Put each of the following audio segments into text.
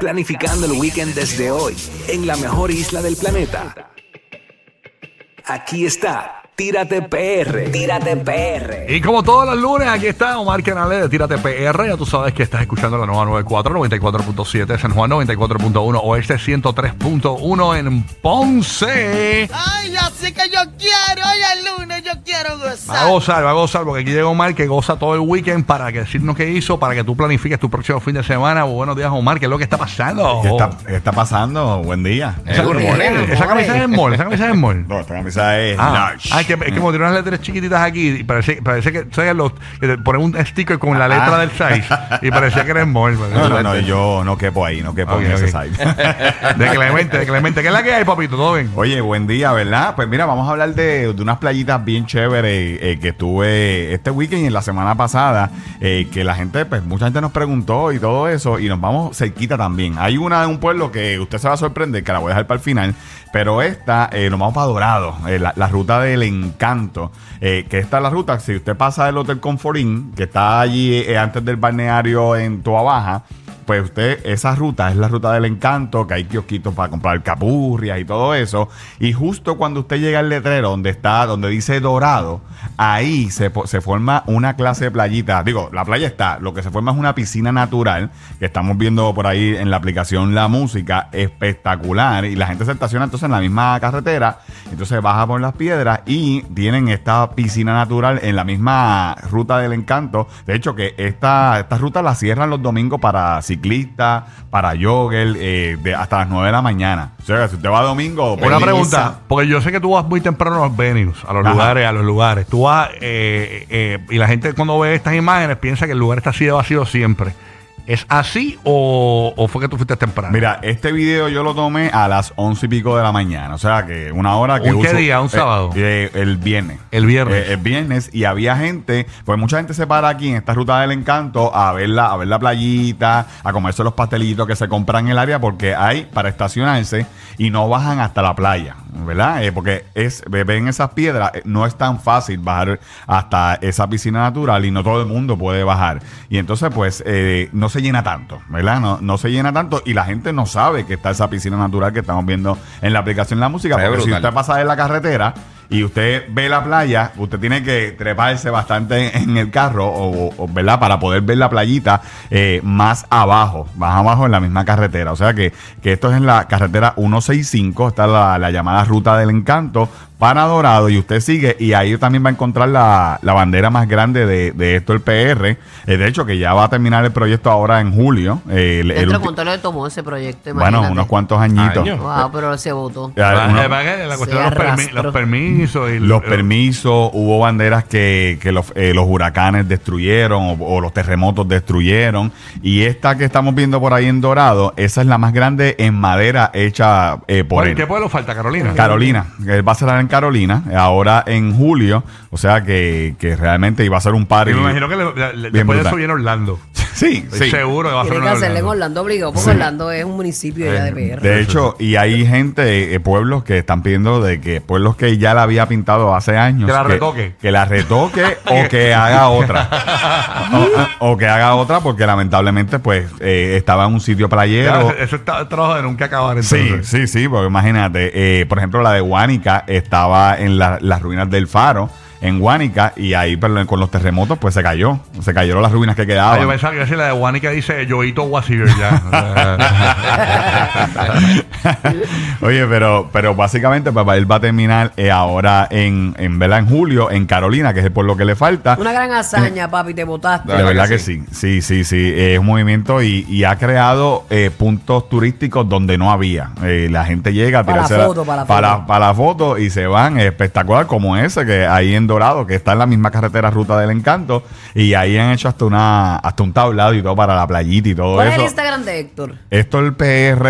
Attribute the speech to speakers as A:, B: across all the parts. A: Planificando el weekend desde hoy en la mejor isla del planeta. Aquí está, tírate PR, tírate PR.
B: Y como todos los lunes, aquí está Omar Canales de Tírate PR. Ya tú sabes que estás escuchando la nueva 94, 94.7 San Juan, 94.1 Oeste, 103.1 en Ponce.
C: Ay, así que yo quiero, hoy es lunes, yo quiero
B: Va a
C: gozar.
B: gozar, va a gozar, porque aquí llega Omar que goza todo el weekend para que decirnos qué hizo, para que tú planifiques tu próximo fin de semana. Buenos días, Omar, ¿qué es lo que está pasando?
D: ¿Qué está, qué está pasando? Buen día.
B: Esa, esa camisa es mol, esa camisa es mol.
D: No, esta camisa es
B: Ah,
D: large.
B: ah, es que, es que como tiene unas letras chiquititas aquí, y parece, parece que, ¿sabes? Los, que te ponen un sticker con la letra
D: Ah.
B: del size y parecía que eres mol.
D: No, no, no, yo no quepo ahí, no quepo
B: Ok,
D: en ese
B: ok.
D: site.
B: De Clemente, de Clemente. ¿Qué es la que hay, papito? ¿Todo bien?
D: Oye, buen día, ¿verdad? Pues mira, vamos a hablar de, de unas playitas bien chéveres eh, que estuve este weekend y en la semana pasada, eh, que la gente, pues mucha gente nos preguntó y todo eso, y nos vamos cerquita también. Hay una en un pueblo que usted se va a sorprender, que la voy a dejar para el final, pero esta, eh, nos vamos para Dorado, eh, la, la ruta del encanto, eh, que esta es la ruta, si usted pasa del Hotel Comfort Inn, que está allí eh, antes del balneario en Toa Baja, pues usted, esa ruta es la ruta del encanto, que hay kiosquitos para comprar capurrias y todo eso. Y justo cuando usted llega al letrero donde está, donde dice dorado, ahí se, po- se forma una clase de playita. Digo, la playa está, lo que se forma es una piscina natural, que estamos viendo por ahí en la aplicación La Música, espectacular. Y la gente se estaciona entonces en la misma carretera, entonces baja por las piedras y tienen esta piscina natural en la misma ruta del encanto. De hecho, que esta, esta ruta la cierran los domingos para ciclistas, para jogger, eh, de- hasta las 9 de la mañana. O sea, que si usted va domingo,
B: Una
D: pues,
B: pregunta,
D: misa.
B: porque yo sé que tú vas muy temprano a los venues, a los
D: Ajá.
B: lugares, a los lugares. Tú vas, eh, eh, y la gente cuando ve estas imágenes piensa que el lugar está así de vacío siempre. ¿Es así o, o fue que tú fuiste temprano?
D: Mira, este video yo lo tomé a las 11 y pico de la mañana. O sea, que una hora que
B: ¿Un qué
D: uso-
B: día? ¿Un
D: eh,
B: sábado?
D: eh, el viernes.
B: El viernes.
D: Eh, el viernes. Y había gente, pues mucha gente se para aquí en esta ruta del encanto a ver la, a ver la playita, a comerse los pastelitos que se compran en el área porque hay para estacionarse y no bajan hasta la playa. ¿Verdad? Eh, porque es, ven esas piedras, eh, no es tan fácil bajar hasta esa piscina natural y no todo el mundo puede bajar. Y entonces, pues, eh, no se llena tanto, ¿verdad? No, no se llena tanto y la gente no sabe que está esa piscina natural que estamos viendo en la aplicación La Música.
E: Está
D: Porque si
E: brutal.
D: usted pasa de la carretera y usted ve la playa, usted tiene que treparse bastante en el carro, o, o- ¿verdad? Para poder ver la playita eh, más abajo, más abajo en la misma carretera. O sea que, que esto es en la carretera 165, está la, la llamada Ruta del Encanto para Dorado, y usted sigue, y ahí también va a encontrar la, la bandera más grande de, de esto, el PR. Eh, de hecho, que ya va a terminar el proyecto ahora en julio. eh, el- el
C: Dentro,
D: ulti-
C: ¿cuánto le tomó ese proyecto?
D: bueno,
C: Imagínate.
D: unos cuantos añitos.
B: Años.
C: Wow, pero se votó.
D: Ya,
B: Ah,
D: unos-
B: eh, para que la cuestión de
C: Se
B: los, permi-
C: arrastró.
B: los permisos y
D: los
B: eh,
D: permisos, hubo banderas que, que los, eh, los huracanes destruyeron o, o los terremotos destruyeron. Y esta que estamos viendo por ahí en Dorado, esa es la más grande en madera hecha eh, por
B: Oye,
D: él.
B: ¿Qué pueblo falta, Carolina?
D: Carolina, él va a cerrar en Carolina, ahora en julio, o sea que, que realmente iba a ser un
B: Y
D: party.
B: me imagino que le- le- le-
D: Bien
B: después de
D: brutal.
B: eso viene Orlando.
D: Sí,
B: Estoy
D: sí.
B: Seguro que va a ser
F: Tiene que
B: una
F: hacerle en
B: Orlando.
F: Orlando obligado, porque
D: Sí.
F: Orlando es un municipio ya de PR.
D: De hecho, y hay gente, eh, pueblos que están pidiendo de que pueblos que ya la había pintado hace años.
B: Que la retoque.
D: Que la retoque o que haga otra. o, o que haga otra porque lamentablemente pues eh, estaba en un
B: Ya,
D: sitio
B: eh,
D: playero.
B: ese- Eso está trabajo de nunca acabar.
D: Sí,
B: entonces.
D: sí, sí, porque imagínate, eh, por ejemplo, la de Guánica estaba en la- las ruinas del faro. en Guánica y ahí pero, con los terremotos pues se cayó, se cayeron las ruinas que
B: Ah, yo
D: quedaban.
B: pensaba que si la de Guanica dice Yoito Wasir Eh, ya.
D: Oye, pero, pero básicamente papá, él va a terminar eh, ahora en, en, ¿verdad? en julio en Carolina, que es por lo que le falta.
F: Una gran hazaña, papi, te
D: De
F: botaste.
D: verdad, que, sí. sí, sí, sí, Eh, Es un movimiento y, y ha creado eh, puntos turísticos donde no había. Eh, la gente llega a
F: Para
D: tirarse
F: la foto, para la foto.
D: para la foto y se van espectacular como ese que ahí en Dorado, que está en la misma carretera Ruta del Encanto y ahí han hecho hasta una hasta un tablado y todo para la playita y todo
F: ¿Cuál es el
D: eso.
F: Instagram de Héctor?
D: Esto el PR,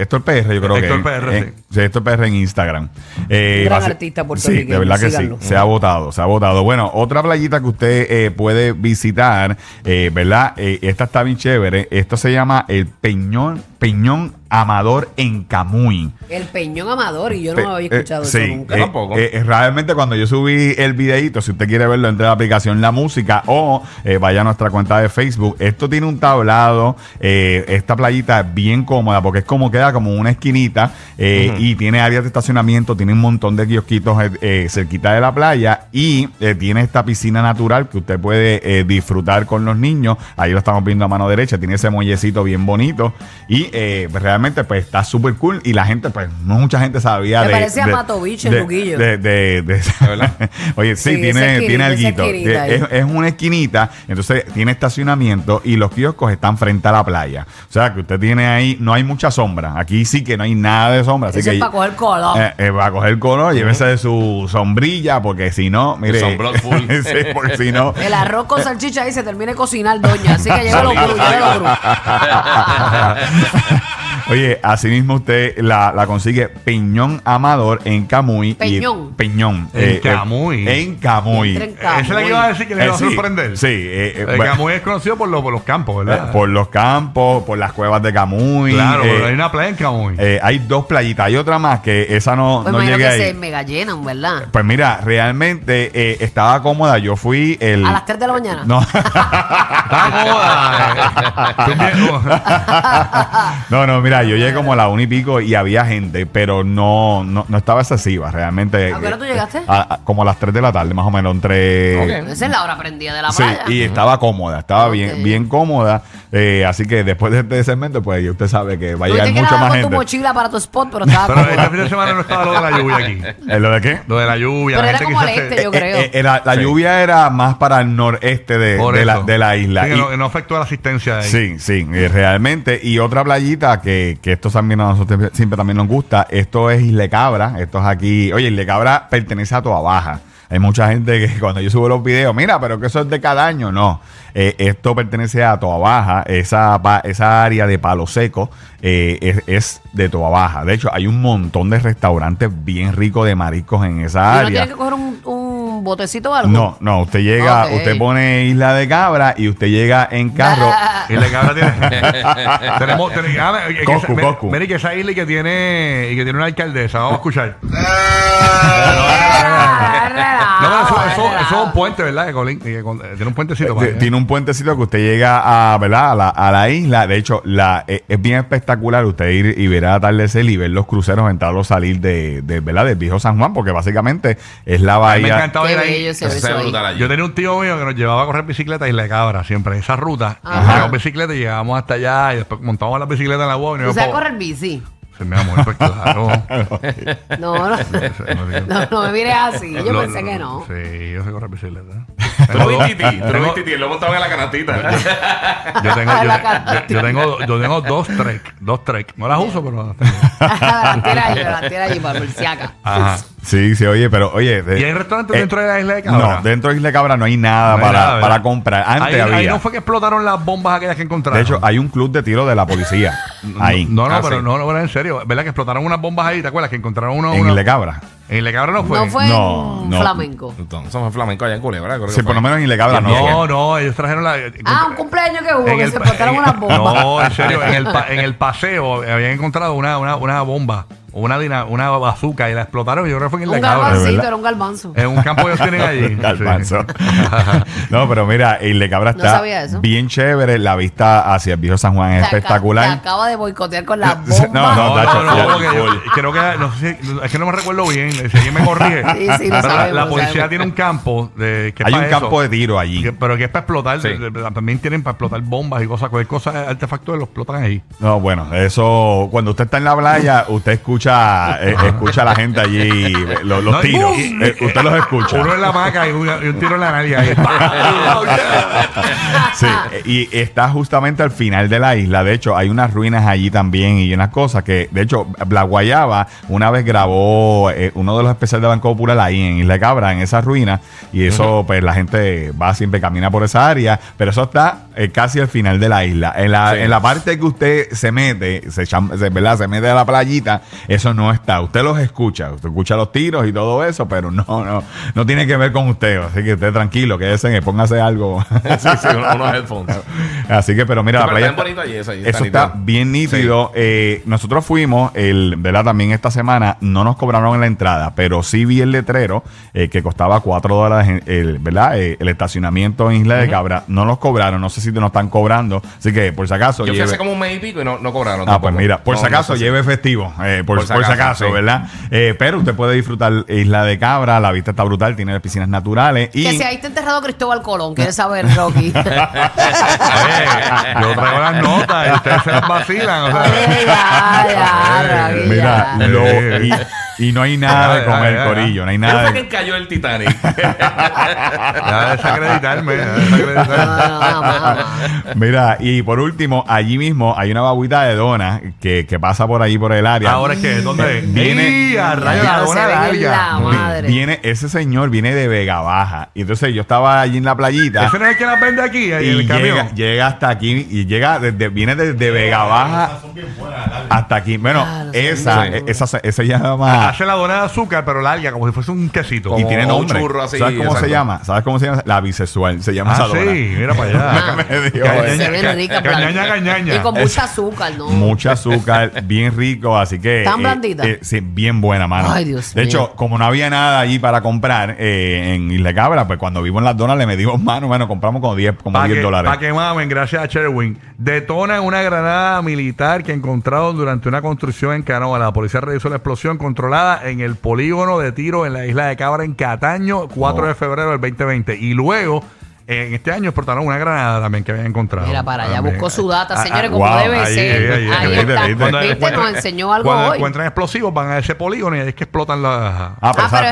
D: esto el PR, yo creo
B: Héctor
D: que.
B: PR,
D: en-
B: sí.
D: sí, Héctor PR en Instagram. Eh,
F: Gran
D: va a ser-
F: artista
D: Sí,
F: puertorriqueño,
D: de verdad que
F: síganlo.
D: sí. Se ha votado, se ha votado. Bueno, otra playita que usted eh, puede visitar, eh, ¿verdad? Eh, esta está bien chévere. Esto se llama el Peñón, Peñón Amador en Camuy.
F: El Peñón Amador, y yo
D: Pe-
F: no había escuchado
D: eh,
F: eso
D: sí,
F: nunca.
D: eh,
B: Tampoco.
D: eh, eh, realmente cuando yo subí el videito, si usted quiere verlo, entre la aplicación La Música o eh, vaya a nuestra cuenta de Facebook. Esto tiene un tablado, eh, esta playita es bien cómoda porque es como queda como una esquinita eh, y tiene áreas de estacionamiento, tiene un montón de kiosquitos eh, eh, cerquita de la playa y eh, tiene esta piscina natural que usted puede eh, disfrutar con los niños. Ahí lo estamos viendo a mano derecha, tiene ese muellecito bien bonito y eh, realmente pues está súper cool y la gente pues no mucha gente sabía
F: Me
D: de-
F: parece a
D: de-
F: Mato Beach en
D: de-
F: Luquillo.
D: de- de- de- Oye, sí,
F: Sí, esa
D: tiene,
F: esquinita,
D: tiene
F: esa
D: alguito.
F: esquinita
D: De-
F: ahí.
D: Es, es una esquinita, entonces tiene estacionamiento y los kioscos están frente a la playa. O sea, que usted tiene ahí, no hay mucha sombra. Aquí sí que no hay nada de sombra. Así
F: Eso
D: que
F: es para coger color.
D: eh, eh, para coger color, llévese de su sombrilla, porque si no, mire.
E: sunblock full.
D: Sí, porque si no.
F: El arroz con salchicha ahí se termina de cocinar, doña. Así que llévalo cru, llévalo
D: Oye, asimismo usted la, la consigue Peñón Amador en Camuy. y-
F: Peñón.
D: Peñón. eh,
B: En Camuy.
D: en Camuy.
F: Entra
B: Esa
F: en
B: es la que iba a decir que le
D: Eh,
B: iba a
D: sí,
B: sorprender.
D: Sí, eh, eh,
B: El
D: bueno,
B: Camuy es conocido por, lo- por los campos,
D: eh,
B: ¿verdad?
D: por los campos, por las cuevas de Camuy.
B: claro,
D: eh,
B: pero hay una playa en Camuy.
D: eh, hay dos playitas, hay otra más que esa no,
F: Pues
D: no
F: imagino
D: llegué
F: que
D: ahí.
F: se mega llenan, ¿verdad?
D: Pues mira, realmente eh, estaba cómoda. Yo fui el.
F: A las 3 de la mañana.
D: No.
B: Está cómoda. eh. Tú bien-
D: No, no, mira, yo llegué como a la una y pico y había gente, pero no, no, no estaba excesiva, realmente. Eh,
F: ¿A qué hora tú llegaste?
D: A- a- como a las 3 de la tarde, más o menos, entre...
F: Esa es la hora prendida de la
D: Sí,
F: playa.
D: y estaba cómoda, estaba
F: Ok.
D: bien, bien cómoda. eh, así que después de este segmento, pues ya usted sabe que va a
F: Tuviste
D: llegar
F: que
D: mucha
F: nadar
D: más
F: con tu
D: gente.
F: mochila para tu spot, pero estaba
B: Pero este
F: cómoda.
B: fin de semana no estaba lo de la lluvia aquí.
D: ¿Eh, ¿Lo de qué?
B: Lo de la lluvia.
F: Pero
B: la
F: era
B: gente
F: como al
B: quizás
F: este,
B: se-
F: yo creo.
D: Eh, eh, era- la
E: Sí.
D: lluvia era más para el noreste de,
B: Por
D: Eh, de la,
B: eso.
D: de la isla.
B: Sí, que
D: Y-
B: no, no afectó a la asistencia de ahí.
D: Sí, sí, eh, realmente. Y otra playita que, que esto también a nosotros siempre también nos gusta, esto es Isle Cabra, esto es aquí. Oye, Isle Cabra pertenece a Toa Baja. Hay mucha gente que cuando yo subo los videos, mira, pero que eso es de cada año. No, Eh, esto pertenece a Toa Baja, esa, pa- esa área de Palo Seco eh, es, es de Toa Baja. De hecho, hay un montón de restaurantes bien ricos de mariscos en esa
F: ¿Y uno
D: área.
F: tiene que coger un, un botecito o algo?
D: No, no, usted llega,
F: Ok.
D: usted pone Isla de Cabra y usted llega en carro.
B: Y la cabra tiene. tenemos. tenemos ah, eh, que
D: Coscu,
B: esa- me-
D: Coscu.
B: Mira, y que esa isla y que tiene, y que tiene una alcaldesa. Vamos a escuchar. No,
F: Ah,
B: pero eso, eso, eso es un puente, ¿verdad? Que Colín- que con- eh, tiene un puentecito. para
D: T-
B: allá.
D: Tiene un puentecito que usted llega a, ¿verdad? a, la, a la isla. De hecho, la, e- es, bien espectacular usted ir y ver a atardecer y ver los cruceros entrar o salir de, de, ¿verdad? del viejo San Juan, porque básicamente es la
B: A mí me
D: bahía.
B: encantaba
F: Qué
B: ir ahí.
F: bello se ve
E: Eso se
F: eso
E: ve
F: ahí.
E: brutal allí.
B: Yo tenía un tío mío que nos llevaba a correr bicicleta a Isla de Cabra siempre, en esa ruta.
F: Ajá.
B: Corríamos bicicleta y llegábamos hasta allá y después montábamos la bicicleta en la guagua y
F: ¿Tú
B: nos
F: sabes
B: íbamos.
F: correr bici?
B: Sí, mi amor, pues claro.
F: No, no. No, no me mires así. Yo
B: Lo-
F: pensé que no.
B: Sí, yo sé correr bicicleta.
E: Tú lo viste, Titi. Tú lo
B: Tengo-
E: viste, Titi. Lo botaban en la canastita.
B: Yo tengo, yo,
F: La
B: yo- yo tengo, yo tengo dos trek, dos trek. No las uso, pero las tengo.
F: las tira allí, las tira allí para ver si acá.
B: Ajá.
D: Sí, sí, oye, pero oye. de-
B: ¿Y hay restaurantes
D: eh,
B: dentro de la isla de Cabra?
D: No, dentro de Isla de Cabra no hay nada,
B: No hay
D: para,
B: nada, ¿verdad?
D: para comprar. Antes
B: ahí, ahí
D: había.
B: no fue que explotaron las bombas aquellas que encontraron.
D: de hecho, hay un club de tiro de la policía. ahí.
B: No, no,
E: Ah,
B: pero
E: sí.
B: no, no, pero en serio. ¿Verdad que explotaron unas bombas ahí? ¿Te acuerdas? Que encontraron uno.
D: en
B: uno-
D: Isla de Cabra.
B: En Isla de Cabra pues, no fue.
F: No fue
D: No,
F: en
D: no.
F: flamenco.
E: Entonces, somos flamencos allá en Culebra. creo que
D: Sí,
E: fue.
D: por lo menos en Isla de Cabra Ah, no.
B: No, no, ellos trajeron la. eh,
F: Ah, un cumpleaños que hubo,
B: en
F: que
B: el
F: se
B: pa-
F: portaron
B: en-
F: unas bombas.
B: No, en serio, en el, pa- en el paseo habían encontrado una, una, una bomba una, dina- una bazooka y la explotaron. Yo creo que fue en la
F: Un
B: cabra.
F: galvancito,
D: ¿verdad?
F: era un galvanzo.
B: En un campo ellos tienen allí.
D: Galvanzo.
B: Sí.
D: no, pero mira, y Le Cabra
F: No
D: está
F: sabía eso.
D: bien chévere. La vista hacia el viejo San Juan es
F: Te aca- Te
D: espectacular.
F: acaba de boicotear con la
D: Sí,
F: bomba.
D: no, no,
B: No,
D: Tacho,
B: no, no,
D: ya,
B: porque yo-
D: full.
B: creo que no sé si- es que no me recuerdo bien, si alguien me corrige.
F: Sí, sí, lo
B: Pero la-
F: sabemos,
B: la
F: lo
B: policía
F: sabemos.
B: tiene un campo de que es
D: Hay
B: para
D: un
B: eso.
D: campo de tiro allí.
B: Que- pero que es para explotar,
E: Sí.
B: de- de- también tienen para explotar bombas y cosas, cualquier cosa, artefactos lo explotan ahí.
D: No, bueno, eso, cuando usted está en la playa, usted escucha, eh, escucha a la gente allí, eh, los, los
B: No, y-
D: tiros,
B: y-
D: Eh, usted los escucha.
B: Uno en la maca y, una- y un tiro en la nariz ahí.
D: Sí, eh, y está justamente al final de la isla. De hecho, hay unas ruinas allí también y unas cosas que, de hecho, La Guayaba una vez grabó eh, uno de los especiales de Banco Popular ahí en Isla de Cabra, en esas ruinas. Y eso, pues la gente va siempre, camina por esa área. Pero eso está eh, casi al final de la isla. En la,
E: Sí.
D: en la parte que usted se mete, se, cham- se- ¿verdad? se mete a la playita, eso no está. Usted los escucha, usted escucha los tiros y todo eso, pero no, no, no tiene que ver con usted. Así que usted tranquilo, quédese, en el, póngase algo.
E: sí, sí, unos, unos headphones.
D: Así que, pero mira,
E: Sí,
D: la
E: pero
D: playa.
E: está bien bonito allí, esa- está
D: eso
E: nítido.
D: está bien nítido. Eh, nosotros fuimos, el, ¿verdad? También esta semana no nos cobraron en la entrada, pero sí vi el letrero eh, que costaba 4 dólares, en- el, ¿verdad? Eh, el estacionamiento en Isla de Cabra. No nos cobraron, no sé si te nos están cobrando. Así que, por si acaso.
E: Yo fui hace
D: lleve-
E: como un mes y pico y no, no cobraron.
D: Ah, pues
E: tampoco.
D: mira, por
E: No,
D: si
E: no
D: acaso
E: sé
D: lleve festivo, eh, por, por si acaso,
E: sí.
D: ¿verdad? Eh, pero usted puede disfrutar Isla de Cabra, la vista está brutal, tiene las piscinas naturales y...
F: Que si ahí está enterrado Cristóbal Colón, quiere saber, Rocky.
D: Eh,
B: Oye, yo traigo las notas y ustedes se las vacilan. o sea. Eh,
F: Ay, ya, ya, Rocky,
D: Mira,
F: ya.
D: Eh, lo- y, y no hay nada de
B: Ah,
D: comer,
B: ah, ah,
D: Corillo. No hay
E: ¿Quién
D: nada
E: fue
D: de.
E: quien cayó el Titanic?
B: Ya desacreditarme, ya desacreditarme.
F: No, no, no, no, no.
D: Mira, y por último, allí mismo hay una babuita de dona que, que pasa por ahí, por el área. Eh,
B: Ahora es que, ¿dónde?
D: Viene-
B: ¡Ey, a rayo
F: Ya
B: la
F: se
B: dona
F: ven en
B: larga!
F: la madre.
D: Viene, ese señor viene de Vega Baja. Y entonces yo estaba allí en la playita.
B: ¿Ese no es el que las vende aquí, ahí
D: Y
B: en el
D: llega,
B: camión?
D: llega hasta aquí y llega desde, viene desde Vega Baja hasta aquí. Bueno,
F: Ah, los
D: esa,
E: son bien
D: esa, esa, se llama.
B: Hace la dona de azúcar, pero larga, como si fuese un quesito. Oh.
D: Y
E: Como
D: tiene
E: un
D: nombre.
E: churro así,
D: ¿Sabes cómo se
E: exacto.
D: llama? ¿Sabes cómo se llama? La bisexual. Se llama
B: Ah,
D: esa
B: sí,
D: dona.
B: mira para allá.
F: Ah,
D: Me dio
B: Cañaña,
F: Se
B: ca-
F: ven ricas.
B: cañaña,
F: blanditas.
B: cañaña.
F: Y con mucha azúcar, ¿no?
D: Mucha azúcar, bien rico, así que.
F: ¿Tan
D: eh,
F: blandita?
D: eh, sí, bien buena, mano.
F: Ay, Dios
D: De
F: mío.
D: hecho, como no había nada allí para comprar eh, en Isla Cabra, pues cuando vimos en las donas le medimos mano, bueno, compramos como 10, como
B: Pa'
D: 10
B: que-
D: dólares.
B: pa' que mamen, gracias a Sherwin. Detonan una granada militar que encontraron durante una construcción en Canoa. La policía realizó la explosión controlada en el polígono de tiro en la isla de Cabra, en Cataño, 4
D: Oh.
B: de febrero del 2020. Y luego, en este año, explotaron una granada también que habían encontrado.
F: Mira para allá,
B: También.
F: buscó su data,
B: Ah,
F: señores,
B: ah,
F: como
D: wow,
F: debe
D: ahí,
F: ser.
D: ahí,
F: Ahí,
D: ahí, ahí,
F: está.
D: ahí,
B: Cuando
F: Viste,
B: encuentran-
F: nos enseñó algo
B: cuando
F: hoy.
B: encuentran explosivos, van a ese polígono y ahí es que explotan las...
D: Ah,
F: Ah, pero es al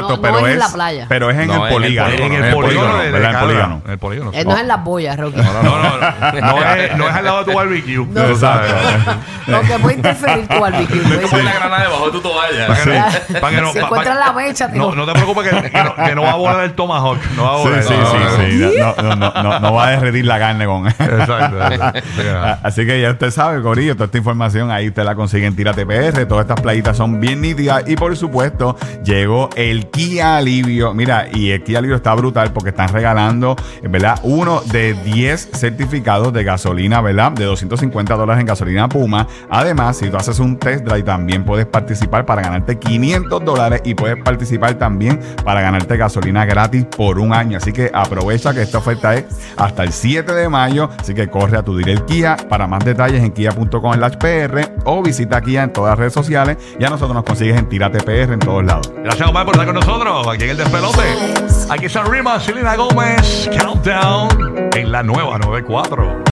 F: lado, no- no es en la playa.
D: Pero es en
E: No,
D: el polígono.
B: en
E: no,
B: el polígono de- de
D: ¿verdad? En el
B: Cabra.
D: polígono.
B: En el polígono, sí.
F: Eh, No es en las boyas, Rocky.
B: No, no, no, no es, no es al lado de tu barbecue.
F: No.
B: Tú sabes.
F: Lo que puede interferir tu
E: No es como
F: barbecue.
E: la granada debajo de tu toalla.
B: Para que no- para que no-
F: Si
B: pa- pa-
F: encuentras la mecha, te-
B: no, no te preocupes que, que no, que no va a volar el tomahawk. No va a
D: Sí,
B: volar.
D: sí,
B: No,
D: sí,
B: no, no.
D: sí. No, no, no, no, no va a derretir la carne con
B: Exacto, exacto.
D: Ah,
B: Yeah.
D: Así que ya usted sabe, Corillo, toda esta información ahí usted la consigue en Tírate PR. Todas estas playitas son bien nítidas. Y por supuesto, llegó el Kia Alivio. Mira, y el Kia Alivio está brutal porque están regalando, eh, ¿verdad? Uno de 10 certificados de gasolina, ¿verdad? De 250 dólares en gasolina Puma. Además, si tú haces un test drive, también puedes participar para ganarte 500 dólares y puedes participar también para ganarte gasolina gratis por un año. Así que aprovecha que esta oferta es hasta el 7 de mayo. Así que corre a tu direct Kia. Para más detalles en kia.com PR o visita Kia en todas las redes sociales. Y a nosotros nos consigues en Tírate PR en todos lados.
B: Gracias, Omar, por estar con nosotros aquí en el despelote. Aquí son Rima, Selena Gómez, Countdown en la nueva 94.